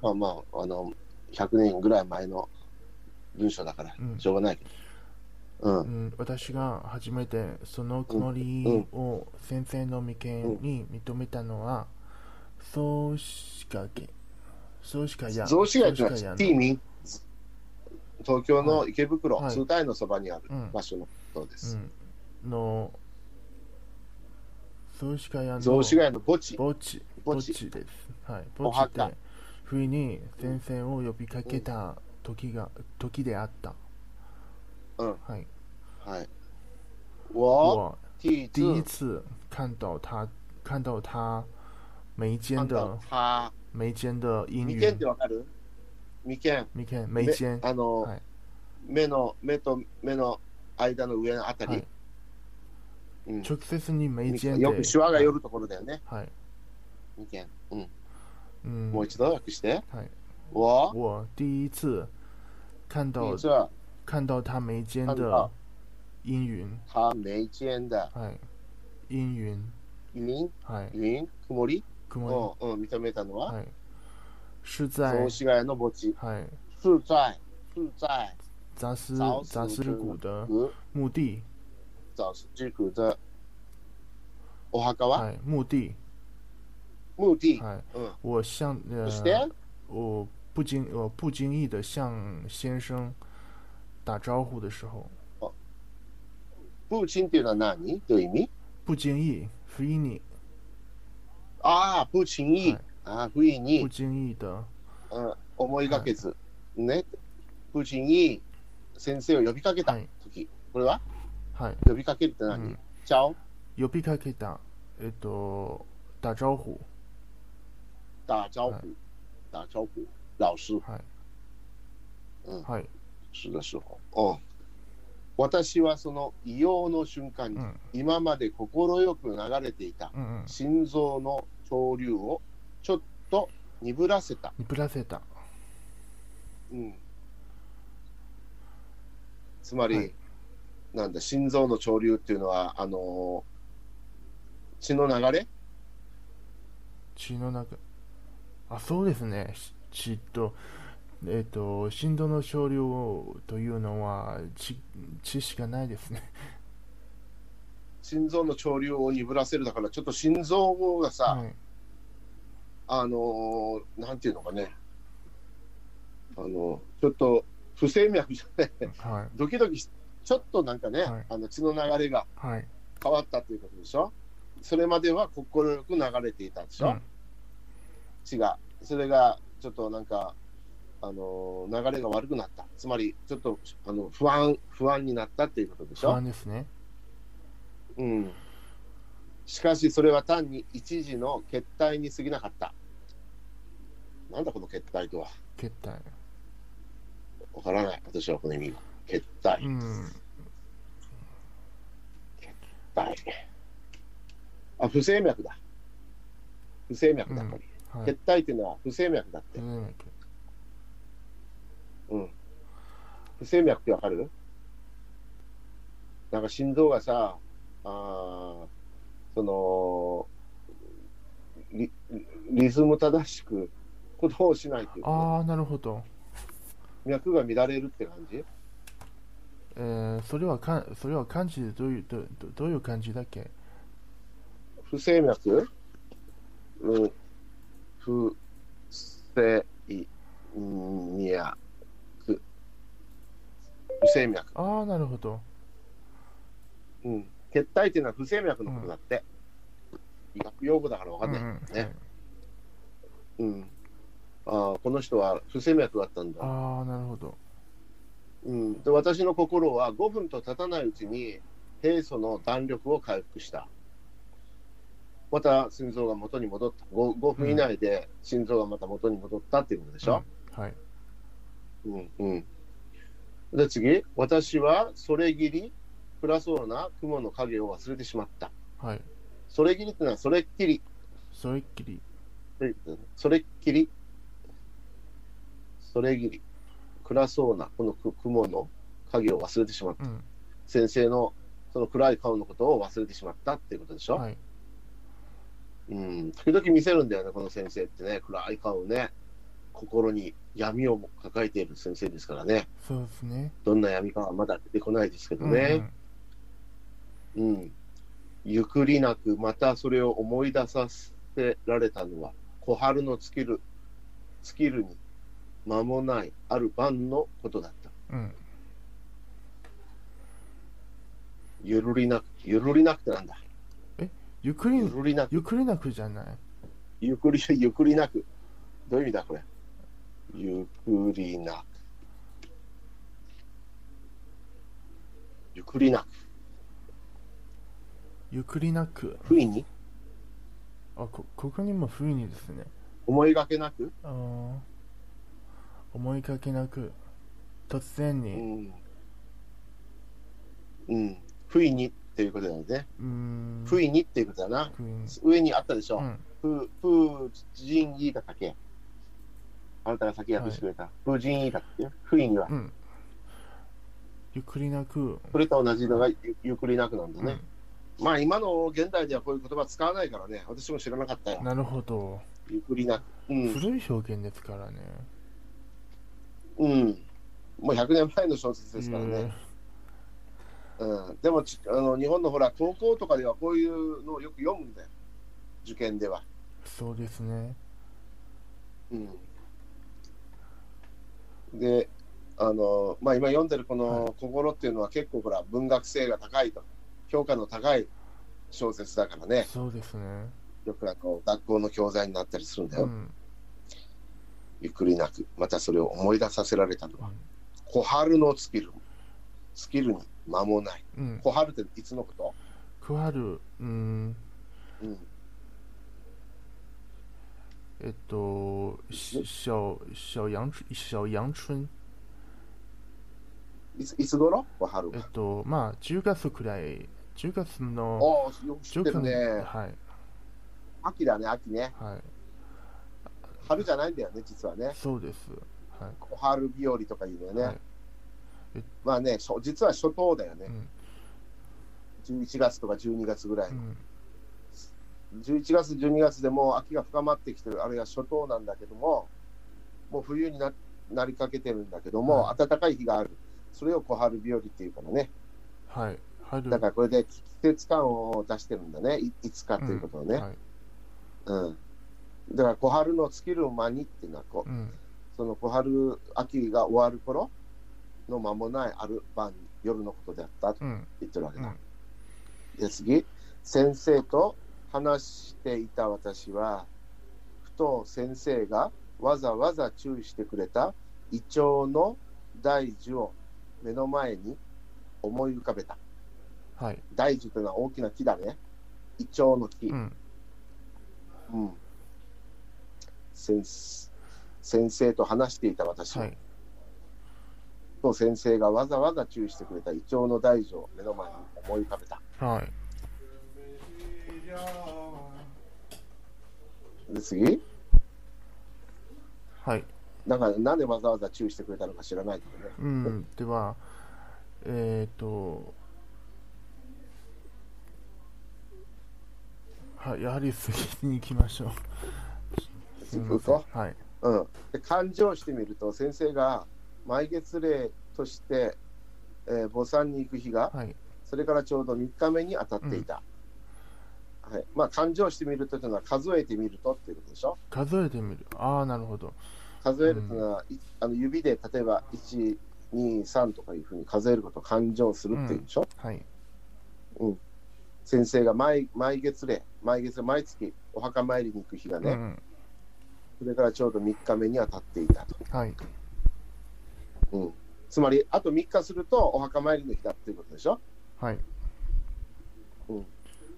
S1: まあまあ、あの、100年ぐらい前の文章だから
S2: う、ん
S1: しょうがないけど。うん。
S2: うん、私が初めてその曇りを先生の眉間に認めたのは、そうしかけ、そうしかやん。
S1: 雑司がやって
S2: そ
S1: な
S2: う
S1: い
S2: し
S1: です。
S2: かやんの
S1: T 民、東京の池袋、
S2: はい
S1: 通体のそばにある
S2: うん
S1: 場所のことです。
S2: うん、の、そうしかやんの
S1: 雑司が谷の墓地、
S2: 墓地、
S1: 墓
S2: 墓
S1: 地
S2: 地です。はい、
S1: お
S2: 墓地
S1: 墓
S2: で、不意に戦線を呼びかけた時が、時であった。
S1: うん
S2: はい。
S1: はい。我
S2: 我第一
S1: 第
S2: 次看到他，看到他眉间
S1: 看
S2: 的
S1: 到他，
S2: 眉间的阴
S1: 眉
S2: 云，
S1: 間ってわかる眉間。
S2: 眉间眉啊间
S1: 目あの、
S2: はい
S1: 目の目と目の間の上のあたり、
S2: はい
S1: うん、
S2: 直接に眉間で
S1: よくシワが寄るところだよね。
S2: はい、
S1: 眉間。うん。
S2: うん
S1: もう一度訳して。
S2: はい。
S1: 我
S2: 嗯我第一次看到
S1: 実は
S2: 看到他眉间
S1: 看
S2: 的
S1: 到
S2: 阴云，
S1: 他眉間だ。
S2: 哎，阴云，
S1: 云
S2: 哎，
S1: 云曇り
S2: 雲，
S1: を、うん、認めたのは、
S2: 哎，是在
S1: 雑司が谷の墓地。
S2: 哎
S1: 住在住在
S2: 杂斯
S1: 早
S2: 杂
S1: 死
S2: 斯
S1: 之
S2: 谷的
S1: 古
S2: 墓地，
S1: 早死之古的お墓は
S2: 哎，墓地，
S1: 墓地。
S2: 哎，
S1: うん。
S2: 我向
S1: そ
S2: 呃
S1: して、
S2: 我不经我不经意的向先生打招呼的时候，
S1: プーチンっていうのは何どういう意味
S2: 不经意，不意你，
S1: ああ、プーチンいい。
S2: はい
S1: ああ、不意に
S2: 不。经意的，
S1: うん思いがけず、ね、プーチンに先生を呼びかけた
S2: はい
S1: 時、これは
S2: 嗨，
S1: 呼びかけるって何、
S2: うん
S1: チャオ
S2: 有必开可以打，呃，都打招呼，
S1: 打招呼
S2: はい、
S1: 打招呼、老师
S2: 嗨，
S1: 嗯
S2: 嗨，
S1: 是的时候。うん私はその異様の瞬間に
S2: うん
S1: 今まで快く流れていた
S2: 嗯嗯，
S1: 心臓の潮流をちょっと鈍らせた。
S2: 你不知道在打，
S1: うん、つまり、
S2: はい
S1: なんだ心臓の潮流っていうのはあのー血の流れ
S2: 血の中あそうですねし血とえっ、と振動の少量というのは血血しかないですね
S1: 心臓の潮流を鈍らせるだからちょっと心臓がさ、
S2: はい
S1: あのーなんていうのかねあのちょっと不整脈じゃない
S2: はい
S1: ドキドキしちょっとなんかね、
S2: はい
S1: あの血の流れが
S2: はい
S1: 変わったということでしょそれまでは快く流れていたでしょ、
S2: うん
S1: 血が、それがちょっとなんか、あのー流れが悪くなった、つまりちょっとあの不安不安になったっていうことでし
S2: 不
S1: ょ
S2: 安。ですね
S1: うん、しかし、それは単に一時の決体に過ぎなかった。なんだこの決体とは
S2: 血体
S1: わからない、私はこの意味が。決体
S2: う、ん
S1: 体。あ、不整脈だ。不整脈だ、
S2: うん
S1: これ。
S2: はい
S1: 決体っていうのは不整脈だって
S2: 不。全脈
S1: うん。不整脈ってわかるなんか心臓がさ、あーそのリ、リズム正しく鼓動しないというか、
S2: ああなるほど
S1: 脈が乱れるって感じ
S2: えー、それはかんそれは漢字でどういうどどどういう漢字だっけ
S1: 不整脈うん。不整脈。不整脈。
S2: ああなるほど
S1: うん。血体っていうのは不整脈のことだって。医学用語だからわかんない。
S2: うんうん
S1: ねうん、ああこの人は不整脈だったんだ、
S2: ああなるほど
S1: うん、で私の心は5分と経たないうちに平素の弾力を回復したまた心臓が元に戻った 5, 5分以内で心臓がまた元に戻ったっていうことでしょ、
S2: はい
S1: うんうん、で次私はそれぎり暗そうな雲の影を忘れてしまった
S2: はい
S1: それぎりってのはそれっきり
S2: それっきり
S1: それっきり、それぎり、暗そうなこのく雲の影を忘れてしまった。
S2: うん
S1: 先生のその暗い顔のことを忘れてしまったっていうことでしょ。
S2: はい
S1: うん、時々見せるんだよね、この先生ってね、暗い顔をね、心に闇を抱えている先生ですからね、
S2: そうですね
S1: どんな闇かはまだ出てこないですけど
S2: うんう
S1: ね
S2: ん、
S1: うんゆっくりなくまたそれを思い出させられたのは、小春の尽きる尽きるに間もないある晩のことだった。
S2: うん
S1: ゆるりなく、ゆるりなくてなんだ。
S2: ゆっくり
S1: ゆるりなく、
S2: ゆっくりなくじゃない
S1: ゆっくり、ゆっくりなく。どういう意味だ、これ。ゆっくりなく。ゆっくりなく。
S2: ゆっくりなく
S1: 不意に
S2: あこここにも不意にですね
S1: 思いがけなく、
S2: あー思いかけなく突然
S1: う
S2: に
S1: ん。うん。不意にっていうことだよね。
S2: うーん
S1: 不意にっていうことだな。
S2: 不意に
S1: 上にあったでしょ。
S2: うん
S1: ふ、ふ、人意だったっけあなたが先訳してくれた。ふ、人意だっけ不意には。
S2: うんゆっくりなく
S1: それと同じのがゆゆっくりなくなんだ
S2: う
S1: ね。まあ今の現代ではこういう言葉使わないからね、私も知らなかったよ
S2: ん。なるほど
S1: ゆっくりなく。うん。
S2: 古い表現ですからね
S1: うん。もう100年前の小説ですからね。うん。でもちあの、日本のほら、高校とかではこういうのをよく読むんだよ。受験では。
S2: そうですね
S1: うん。で、あの、まあ今読んでるこの心っていうのは結構ほら、文学性が高いと、評価の高い小説だからね、
S2: そうですね
S1: よくあの学校の教材になったりするんだ
S2: う
S1: よ。
S2: ん
S1: ゆっくりなく、またそれを思い出させられたの
S2: う
S1: は、
S2: ん
S1: 小春のスキル、スキルに間もない。
S2: うん
S1: 小春っていつのこと
S2: くはるうん
S1: うん。
S2: えっとし小小陽春小陽春
S1: いついつ頃小春
S2: えっ
S1: が。
S2: とまあ10月くらい10月
S1: あ
S2: の
S1: あ、よく知ってるね。
S2: はい
S1: 秋だね、秋ね。
S2: はい
S1: 春じゃないんだよね、実はね。
S2: そうですはい
S1: 小春日和とか言うのよね。
S2: はいえ
S1: まあね、しょ実は初冬だよね
S2: う。ん
S1: 11月とか12月ぐらい。
S2: うん
S1: 11月、12月でもう秋が深まってきてる、あるいは初冬なんだけども、もう冬にななりかけてるんだけども、
S2: はい
S1: 暖かい日がある。それを小春日和っていうからね。
S2: はい春
S1: だからこれで季節感を出してるんだね。いいつかということをね。
S2: はい
S1: うん。だから小春の尽きる間にっていうのはこう、
S2: うん
S1: その小春、秋が終わる頃の間もないある晩、夜のことであったと
S2: うん
S1: 言ってるわけだ。
S2: うん
S1: で次先生と話していた私はふと先生がわざわざ注意してくれたイチョウの大樹を目の前に思い浮かべた
S2: はい
S1: 大樹というのは大きな木だねイチョウの木、
S2: う
S1: うん
S2: ん
S1: 先先生と話していた私は、
S2: はい
S1: ふと先生がわざわざ注意してくれたイチョウの大樹を目の前に思い浮かべた
S2: はい
S1: で次
S2: はい
S1: なんかなんでわざわざ注意してくれたのか知らないけどね
S2: うん、では、えっ、と、はい、やはり次に行きましょう。すみません。
S1: 行
S2: はい。
S1: うん、で勘定してみると先生が毎月例として、えー、墓参に行く日が
S2: はい。
S1: それからちょうど3日目に当たっていた、はいまあ勘定してみるとというのは数えてみるとっていうことでしょ
S2: 数えてみる。ああ、なるほど。
S1: 数えるというのは、いあの指で例えば123とかいうふうに数えることを勘定するっていうんでしょ、
S2: はい。
S1: 先生が毎毎月例毎月毎月お墓参りに行く日がね、
S2: うん。
S1: それからちょうど3日目に当たっていたと、
S2: はい。
S1: うん、つまりあと3日するとお墓参りの日だっていうことでしょ
S2: はい。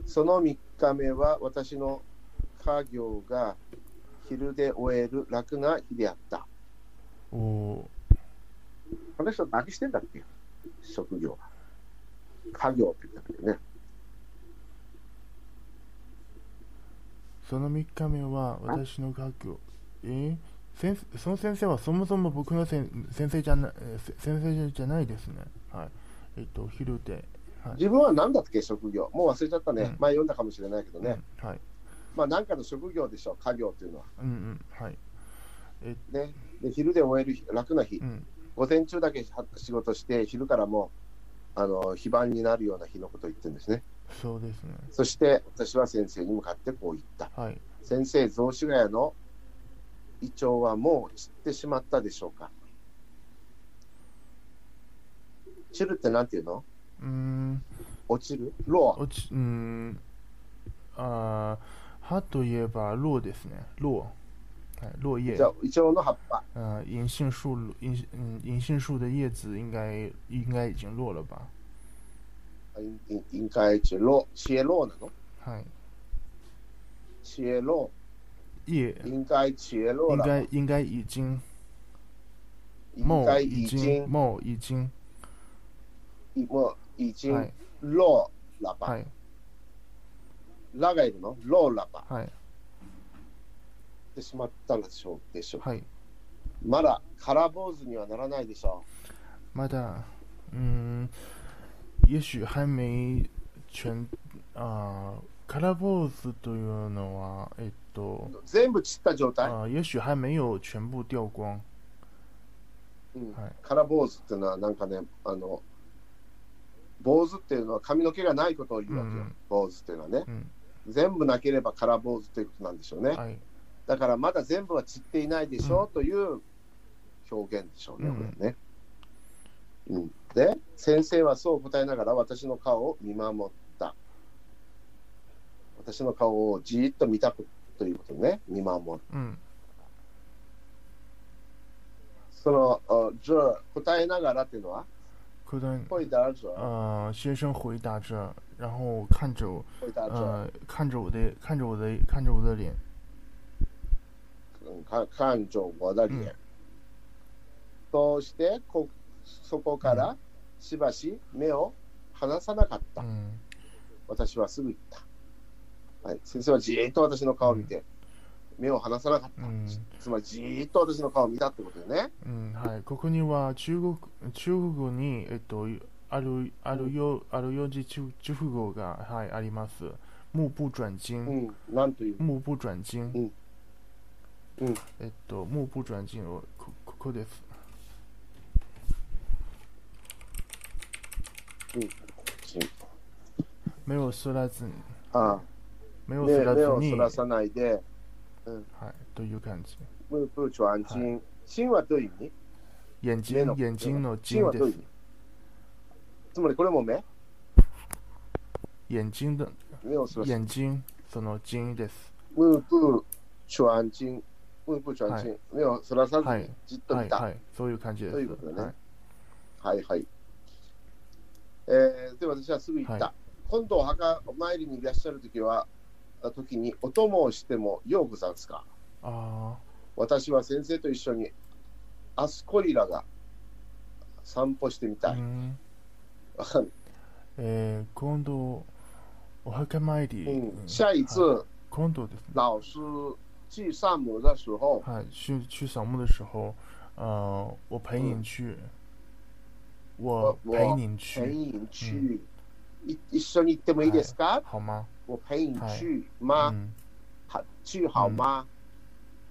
S1: その3日目は私の家業が昼で終える楽な日であった。
S2: おお
S1: この人何してんだっけ職業は。家業って言ったんだけどね。
S2: ー、その3日目は私の学業。えー、先生その先生はそもそも僕のせん先生じゃな、えーせ先生じゃないですね。はい。えっ、と、昼で。はい
S1: 自分は何だっけ職業。もう忘れちゃったね。
S2: うん
S1: 前読んだかもしれないけどね。
S2: うん。はい。
S1: まあ何かの職業でしょう。家業っていうのは。
S2: うんうん。はい。
S1: ね。で昼で終える日楽な日
S2: う。ん。
S1: 午前中だけ仕事して、昼からもうあの非番になるような日のことを言ってるんですね。
S2: そうですね。
S1: そして私は先生に向かってこう言った。
S2: はい。
S1: 先生、雑司ヶ谷のイチョウはもう散ってしまったでしょうか散るってなんていうの
S2: うーん、
S1: 落ちるロ
S2: 落ち、うーん、あー歯といえば、ロですね。ロはい、落
S1: ア
S2: 叶
S1: じゃ。あイチョウの葉っぱ
S2: 呃，银杏树，银嗯，银杏树的叶子应该应该已经落了吧？
S1: インインカエチロシエロなの
S2: 嗨，
S1: シエロ
S2: 叶
S1: インカエチエロ
S2: 应
S1: ラ
S2: 该应该已经
S1: イン
S2: 某
S1: カエ
S2: 已
S1: イジ
S2: 经
S1: ン
S2: 某已经
S1: イモイジ
S2: 嗨
S1: ンロラバ
S2: 嗨
S1: ラがいるのロラバっ
S2: 嗨
S1: てしまったのでしょうでしょ
S2: 嗨，
S1: うまだ空坊主にはならないでしょ
S2: 妈的，嗯，也许还没全啊、カラボーズというのはえっと
S1: う全部散った状態
S2: 啊、也许还没有全部掉光。
S1: うん
S2: はい
S1: 空坊主っていうのはなんかねあの坊主っていうのは髪の毛がないことを言うわけよ、
S2: うん
S1: 坊主っていうのはね
S2: 嗯，
S1: 全部なければ空坊主ということなんでしょうね
S2: はい
S1: だからまだ全部は散っていないでしょうという表現でしょうね、
S2: うん
S1: これね、うん、で先生はそう答えながら私の顔を見守った私の顔をじーっと見たくということね見守る
S2: 嗯
S1: そのあじゃあ答えながらっていうのは
S2: 可能
S1: ポイダージョ
S2: 呃学生回答着，然后看着我。
S1: ポイダージョ
S2: 呃，看着我的，看着我的，看着我的脸，
S1: うんか感情をだり
S2: うん
S1: そうしてこそこからしばし目を離さなかった、
S2: 嗯，
S1: 私はすぐ行った、はい、先生はじーっと私の顔を見て、目を離さなかった、
S2: うん
S1: つつまりじーっと私の顔を見たってことだよね
S2: うん、はい、嗯ここには中国中国語に、えっと、あるあるよある四字中中国語が、はい、あります。目不转
S1: う
S2: 睛、
S1: んなんという
S2: 目不转睛。
S1: うんうん
S2: えっと、目不转睛をこここです。目をそらずに、
S1: あ
S2: 目
S1: あ
S2: を
S1: 目
S2: そら
S1: 目
S2: ず
S1: を
S2: に、
S1: そ
S2: は
S1: ら
S2: い
S1: さないで
S2: という感じ。
S1: プープーチョアンチン、チンはどういう意味
S2: 眼
S1: 目
S2: 睛
S1: の
S2: 眼睛の
S1: チン
S2: 睛
S1: は
S2: で
S1: どういう意
S2: す
S1: 味。つまりこれも目
S2: 眼睛的
S1: 目をそらす
S2: 眼睛その睛です。
S1: ムープーチョアンチンムープーチョアンチン、目をそらさず
S2: は
S1: に
S2: い
S1: じっと
S2: は
S1: 見
S2: い
S1: た、
S2: はい、そういう感じです。
S1: ということだね
S2: はい
S1: はいはい。えーで、私はすぐ行った。
S2: は
S1: 今度お墓お参りにいらっしゃるときは、あ時にお供をしてもようござんすか。
S2: あ
S1: 私は先生と一緒にアスコリラが散歩してみ
S2: あ、
S1: た
S2: う
S1: い。
S2: ん
S1: わかる
S2: えー、今度お墓参り、
S1: うん。
S2: うん
S1: 下一次、
S2: はい今度ですね。
S1: 老师去散步的时候、
S2: はい、去去扫墓的时候，呃，我陪您去，我
S1: 嗯我
S2: 陪您去
S1: 陪，你去、い一緒に行ってもいいですか、
S2: 好吗？
S1: 我陪你
S2: はい
S1: 去吗、
S2: 嗯
S1: は去好吗、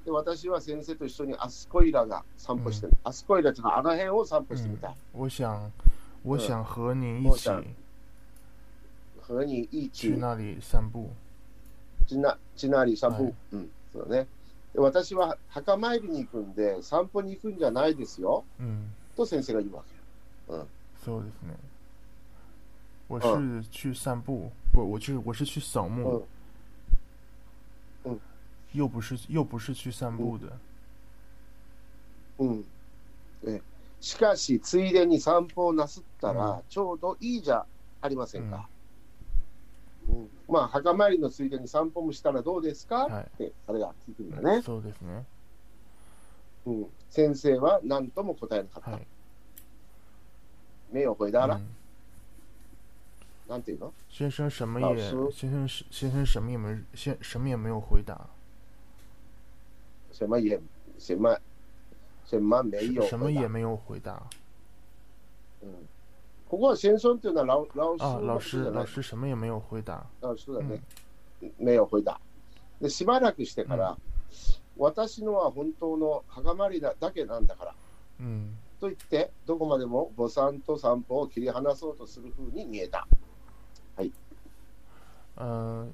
S1: で私は先生と一緒にアスコイラが散歩してる、アスコイラというのはあの辺を散歩してみ
S2: 嗯
S1: たい。，
S2: 我想我想和您一
S1: 嗯我
S2: 起
S1: 想和你一
S2: 去
S1: 起
S2: 那里散步。
S1: ちなちなり散歩、
S2: はい
S1: うんそうだねで私は墓参りに行くんで散歩に行くんじゃないですよ
S2: 嗯，
S1: と先生が言うわけ。
S2: そうですね。我
S1: 嗯
S2: 是去散步，不，我去我是去扫墓，又不是又不是去散步的。
S1: うんうんえしかし、ついでに散歩をなすったら、
S2: うん
S1: ちょうどいいじゃありません
S2: 嗯
S1: か。うんまあ、墓参りのついでに散歩もしたらどうですか、
S2: はい
S1: って、あれが聞くんだね。
S2: そうですね。
S1: うん、先生は何とも答えなかった。
S2: はい。
S1: 目をこいだら、
S2: 嗯
S1: なんていうの
S2: 先生什么
S1: 老
S2: 也
S1: 师
S2: 先生是先生什么也没先什么也没有回答，
S1: 狭い家、狭い、狭い目
S2: 什
S1: をこいだ
S2: 什么也没有回答
S1: うんここは先生っていうのはラオラオス
S2: 啊！
S1: の
S2: 老
S1: ことじゃ
S2: 师
S1: ない
S2: 老师什么也没有回答。
S1: ラオスだ
S2: 嗯
S1: ね。目をこいだ。で、しばらくしてから、
S2: う
S1: 私のは本当の墓参りだだけなんだから。
S2: 嗯
S1: と言って、どこまでも母さんと散歩を切り離そうとする風に見えた。
S2: 呃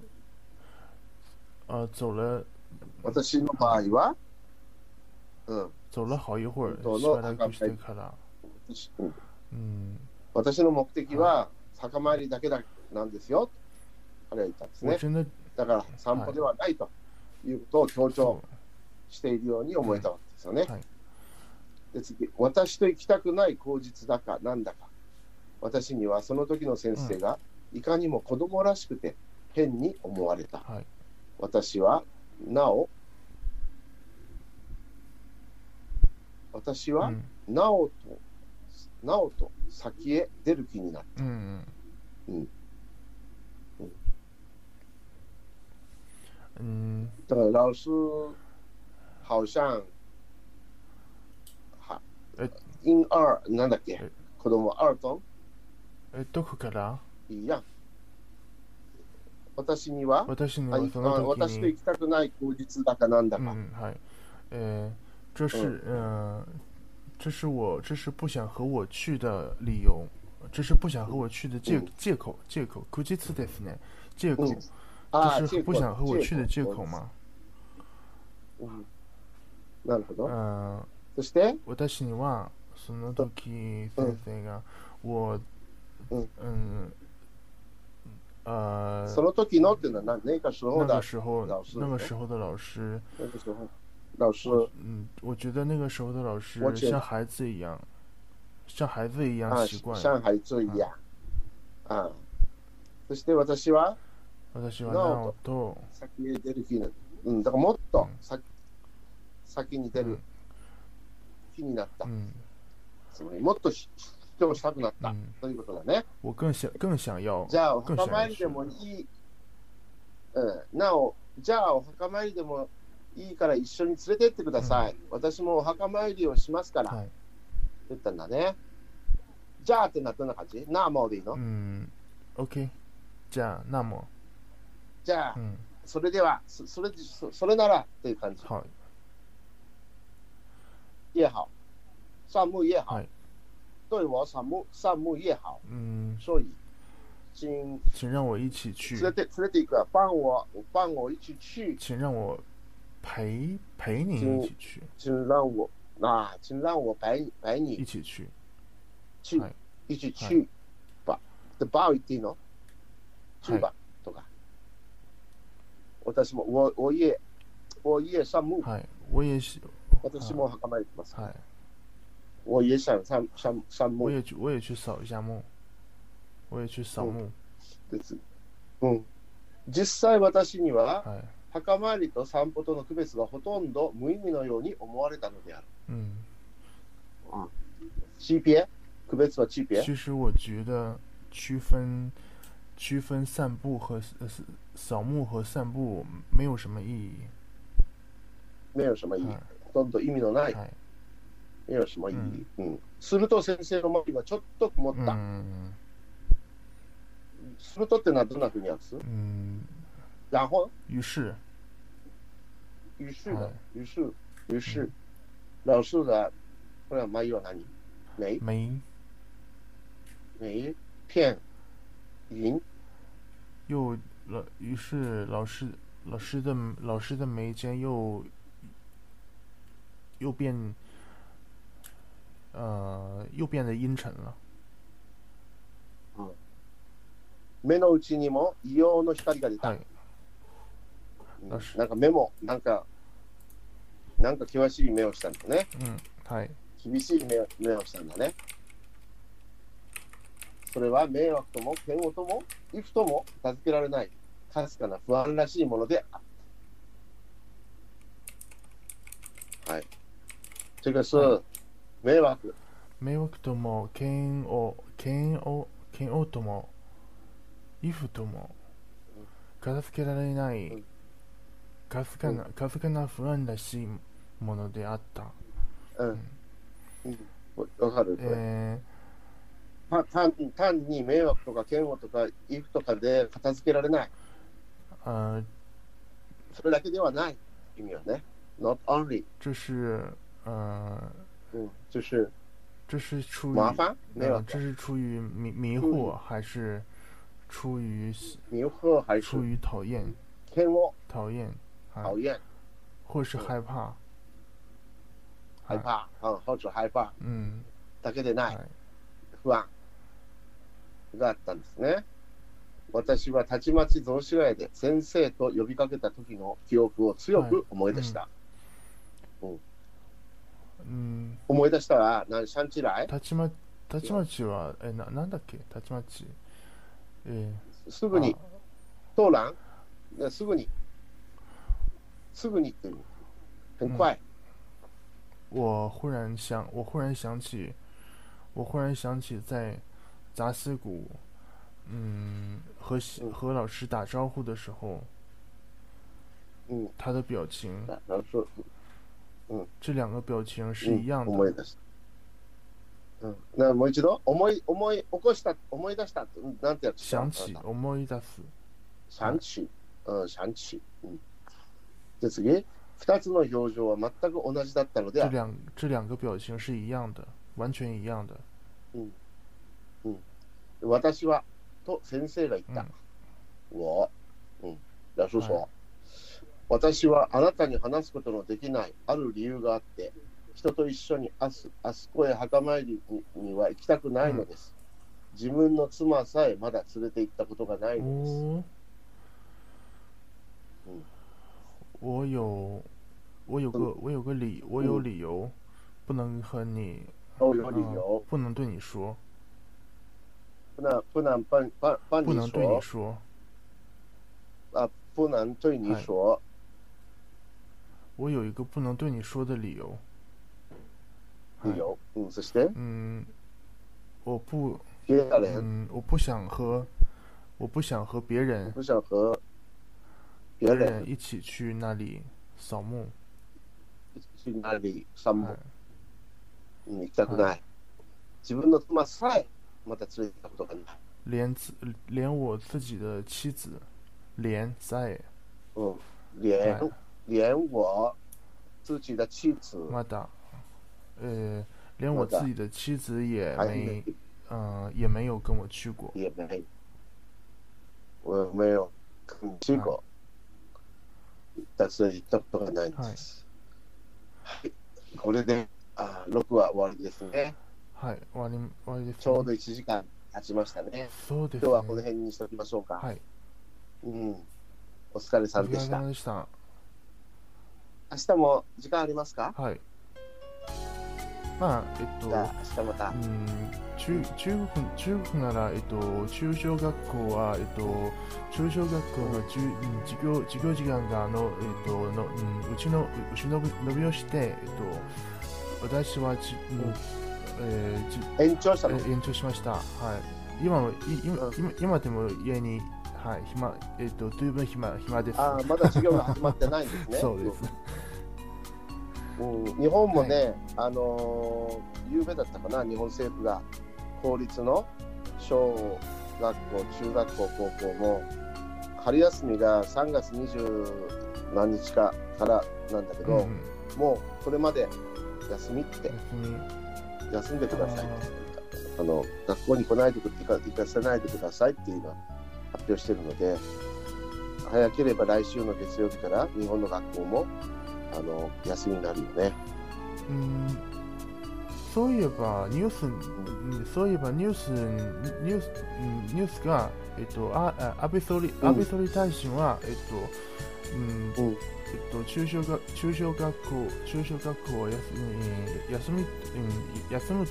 S2: 呃，走了呃
S1: 私の場合は、うん、
S2: 走了好一会儿
S1: そ、う
S2: しばらくしてから、うん、
S1: 私の目的は酒参りだけだなんですよ、彼は言ったんです
S2: 我
S1: ね。
S2: 真的
S1: だから散歩ではないということを強調しているように思えたわけですよね。
S2: はい
S1: で次、私と行きたくない口実だかなんだか、私にはその時の先生がいかにも子供らしくて変に思われた。
S2: はい、
S1: 私はなお、私
S2: う
S1: は
S2: ん、
S1: なおと、なおと先へ出る気になる。
S2: うんうん、嗯，
S1: だから老师好像は
S2: え
S1: 婴儿なんだっけ
S2: え
S1: 子供アルト
S2: え、どこから
S1: ンいいやん私には
S2: 私に
S1: あ
S2: はいそ
S1: あ
S2: の時
S1: 私と
S2: に
S1: 行きたくない口実だか なんだ
S2: 嗯
S1: か、
S2: 嗯，嗨，呃，这是
S1: 嗯
S2: 呃，这是我这是不想和我去的理由，这是不想和我去的借
S1: 嗯
S2: 借口借口，估计次的是呢，借口，
S1: 嗯あ
S2: 这
S1: チ
S2: 是
S1: ェコ
S2: 不想和我去的借口
S1: チェ
S2: 嘛？
S1: コうんなるほど、
S2: 嗯，
S1: そして
S2: 我的心はその時先生が我
S1: 嗯
S2: 嗯呃
S1: その時のっていうのは何年かし
S2: 那
S1: ろだ
S2: 个时候
S1: 老师
S2: 那个时候的老师。
S1: 那个时候老师
S2: 嗯，我觉得那个时候的老师
S1: 我觉得啊
S2: 像孩子一样，像孩子一样
S1: あ
S2: 习惯。
S1: 上海通夜、あそして私は
S2: 私は
S1: 那
S2: な
S1: 我
S2: おと、
S1: 先へ出る気になる。うん、だからもっと先,、先に出
S2: う
S1: る
S2: ん
S1: 気になった。
S2: うん、
S1: つまりもっとし主張したくなった、
S2: うん
S1: ということだね。
S2: 嗯我更想更想要，
S1: じゃあ、お
S2: 更
S1: 墓
S2: 想要
S1: 参り
S2: 是
S1: でもいい、うん、なお、じゃあ、お墓参りでもいいから一緒に連れてってください。私もお墓参りをしますから、
S2: はい
S1: 言ったんだね。じゃあってなったような感じなあ、もうでいいの、
S2: うん、OK，じゃあ那么、嗯
S1: じゃあ
S2: う、ん、
S1: それでは、そそれでそそれならという感じ。
S2: 好，
S1: 也好，善木也好
S2: はい，
S1: 对我善木善木也好，
S2: 嗯，
S1: 所以，请
S2: 请让我一起去
S1: 这，这这这个帮我帮我一起去，
S2: 请让我陪陪你
S1: 就
S2: 一起去，
S1: 请让我啊，请让我陪陪
S2: 一
S1: 你
S2: 起去，
S1: 去
S2: はい
S1: 一起去吧。でバー行っていいの？去吧とか。私も我我也我也善木，
S2: 嗨，我也是，
S1: 私も墓参り行きます。
S2: 嗨，
S1: 我也想善善善木
S2: 我。也去，我也去扫一下墓，我也去扫
S1: 嗯
S2: 墓，
S1: です。うん。実際私には
S2: 嗨，
S1: 墓参りと散歩との区別がほとんど無意味のように思われたのである。
S2: 嗯。
S1: 区別区別は区別
S2: 其实我觉得区分区分散步和呃是扫墓和散步没有什么意义。
S1: 没有什么意義
S2: はい。
S1: ほとんど意味のない。
S2: はい。
S1: 没有什么意義。うん。すると先生の周りがちょっと曇
S2: う
S1: った。
S2: ん
S1: するとってのはどんなふうに訳す
S2: うん。
S1: 然后、
S2: 嗯于是
S1: 于是呢
S2: はい、
S1: 于是、于是、老师が、これは前は何没、
S2: 没
S1: 没、骗、淫、
S2: 又老于是老师老师的老师的眉间又又变呃又变得阴沉了。
S1: 目の内にも異様の光が出た。
S2: はい。
S1: うん
S2: よし
S1: なんか目も、なんか、なんか険しい目をしたんだね。
S2: うん。はい。
S1: 厳しい目を目をしたんだね。それは迷惑とも嫌悪とも、畏怖とも助けられない、かすかな不安らしいものであった。はい。这个是
S2: は
S1: 迷惑、
S2: 迷惑とも嫌悪嫌悪嫌悪ともイフとも片付けられな
S1: う
S2: い
S1: ん
S2: かすかなかすかな不安らしいものであった、
S1: うん。わわかるこれ、
S2: え
S1: た単単に迷惑とか嫌悪とか、畏怖とかで片付けられない。
S2: ー、あー
S1: それだけではない意味はね。not only
S2: 这是呃
S1: うん、就是
S2: 这是出于
S1: 麻烦没有
S2: 呃这是出于迷迷
S1: 出于
S2: 惑还是出于
S1: 迷惑还是
S2: 出于讨厌
S1: 天我
S2: 讨厌啊
S1: 讨厌
S2: 或是害怕
S1: 害怕、うん、本庁害怕
S2: うん、
S1: だけでない、
S2: はい
S1: 不安があったんですね。私はたちまち雑司ヶ谷で先生と呼びかけた時の記憶を強く思い出した。
S2: うん、
S1: 思い出したら、何シャンチライ
S2: たちまたちまちはえななんだっけたちまちえ
S1: す
S2: ー、
S1: ぐに
S2: あ、
S1: トーランすぐに、すぐにっていう。很快。
S2: 我忽然想，我忽然想起，我忽然想起在杂西谷，嗯，和西
S1: 嗯
S2: 和老师打招呼的时候，
S1: 嗯，
S2: 他的表情，
S1: 然后说、
S2: 这两个表情是
S1: 嗯
S2: 一样
S1: 思い
S2: 的。
S1: 出した。うん、なもう一度思い思い起こした思い出したうんなんてやつ
S2: 想起，思い出す。
S1: シャンチ、うん、シャンチ。うん、で、次、二つの表情は全く同じだったので
S2: 这
S1: ある、
S2: 两这两个表情是一样的，完全一样的。
S1: 私は、と先生が言った。我、うん、ラスソ、
S2: は
S1: 私はあなたに話すことのできないある理由があって、人と一緒にあすあそこへ墓参りにには行きたくないのです。自分の妻さえまだ連れて行ったことがないのです。
S2: 我
S1: 嗯，
S2: 我有，我有个，我有个理，我有理由，不能和你，
S1: そういう嗯理
S2: 呃
S1: 由。
S2: 不能对你说，
S1: プナン、プナン、パン、パン、パン
S2: 不
S1: に
S2: 能
S1: し
S2: 对你
S1: ょ。
S2: 说。
S1: あ、プナン、トイにしょ。
S2: 我有一个不能对你说的理由。
S1: 理由。うん、そして、
S2: 嗯，我不，
S1: 消えたれ。
S2: 嗯，我不想和，我不想和别人
S1: 不想和
S2: 别
S1: 别人
S2: 人一起去那里扫墓。
S1: 去なり、さんも
S2: はい
S1: 行きたくない。自分の妻さえまた連れて行ったことがない。
S2: 连自连我自己的妻子，连在
S1: うん。連、
S2: はい
S1: 連我、自己的妻子、
S2: 马达，呃，连我
S1: まだ
S2: 自己的妻子也
S1: 还
S2: 没，嗯、也没有跟我去过。
S1: 也没，我没有去过，但是行ったことがないんです。はい。これで、あ6話終わりですね。
S2: はい、終わり終わりです
S1: ちょう
S2: ね。
S1: ど1時間経ちましたね。
S2: そうです
S1: 今日はこの
S2: ね。
S1: 辺にしておきましょうか。
S2: はい、
S1: うん。お疲れ
S2: お
S1: さん
S2: 疲
S1: で
S2: れ
S1: した
S2: 様。でした。
S1: 明日も時間ありますか
S2: はい。まあ、えっと
S1: じ、ゃあ明日また
S2: う。ん中中国中国なら、えっと、中小学校は、えっと、中小学校のじゅうん授業授業時間があの、えっと、のうんうちのうちの伸びをして、えっと、私はじ、うんえーじ
S1: 延長したの
S2: え延長しました、はい、今もい今今今でも家に、はい暇えっと、十分暇暇です、
S1: ああ、まだ授業が始まってないんですね。
S2: そうです、
S1: うん、うん日本もね、あのー、夕べだったかな、日本政府が公立の小学校、中学校、高校も春休みが3月20何日かからなんだけ
S2: うん
S1: ど、
S2: うん
S1: もうこれまで休みって
S2: 別に
S1: 休んでくださいってあの学校に来ないでく行か行かせないでくださいっていうのは発表してるので早ければ来週の月曜日から日本の学校もあの休みになるよね。
S2: うんそういえばニュース、うんそういえばニュース、ニュース、うんニュースが、えっと、あ、あ安倍総理、
S1: ん
S2: 安倍総理大臣は、えっと、うん、
S1: うん
S2: えっと、中小学、中小学校、中小学校を休み、うん休み、うん休む、や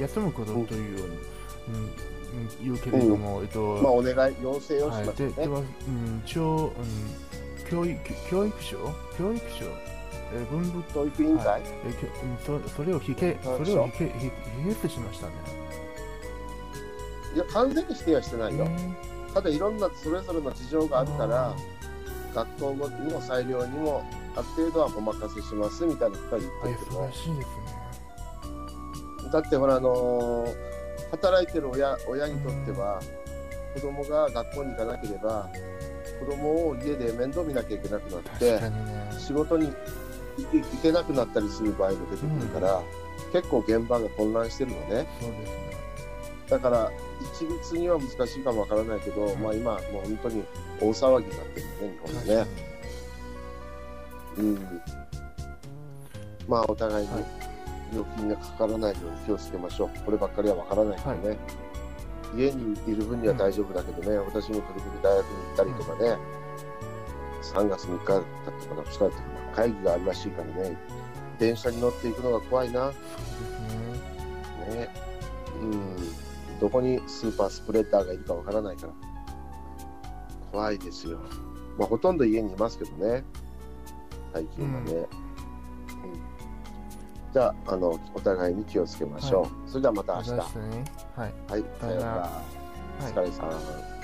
S2: 休むことというように、うん、うん言うけれども、えっと、
S1: まあお願い要請をし
S2: はい
S1: ま、す
S2: で、
S1: よ
S2: で
S1: ね。
S2: は、うん、教、うん、教育、教育省、教育省、えー文部
S1: 教育委員会、
S2: はえきょうんそそれを否定
S1: そう
S2: そ
S1: で
S2: れ
S1: し
S2: を
S1: ょ
S2: 否定否否決しましたね。
S1: い、や完全に否定はしてないよ。
S2: え
S1: ただいろんなそれぞれの事情があるから学校にも裁量にもある程度はお任せしますみたいなことは言
S2: ー
S1: ってるけ
S2: 素晴
S1: ど
S2: ら。しいですね。
S1: だってほらあのー働いてる親親にとっては子供が学校に行かなければ子供を家で面倒見なきゃいけなくなって
S2: 確かにね。
S1: 仕事に行け行けなくなったりする場合も出てくるから、結構現場が混乱してるのね
S2: そうですね。
S1: だから一律には難しいかもわからないけど、
S2: うん
S1: まあ今もう本当に大騒ぎになってるよね日本
S2: 確
S1: で
S2: か
S1: ね
S2: に。
S1: うんまあお互いに
S2: はい
S1: 病気にかからないように気をつけましょう。こればっかりはわからないからね、家にいる分には大丈夫だけどね、私も時々大学に行ったりとかね、3月3日だったかな、2日だったかな、会議があるらしいからね、電車に乗っていくのが怖いな。ね、うん、どこにスーパースプレッダーがいるかわからないから、怖いですよ。まあ、ほとんど家にいますけどね、最近はね。
S2: う
S1: うんじゃああの、お互いに気をつけましょう。それではまた明
S2: そう
S1: 日。
S2: ですね。はい。
S1: はい、さようなら。お
S2: さよ
S1: 疲
S2: うな
S1: れさん。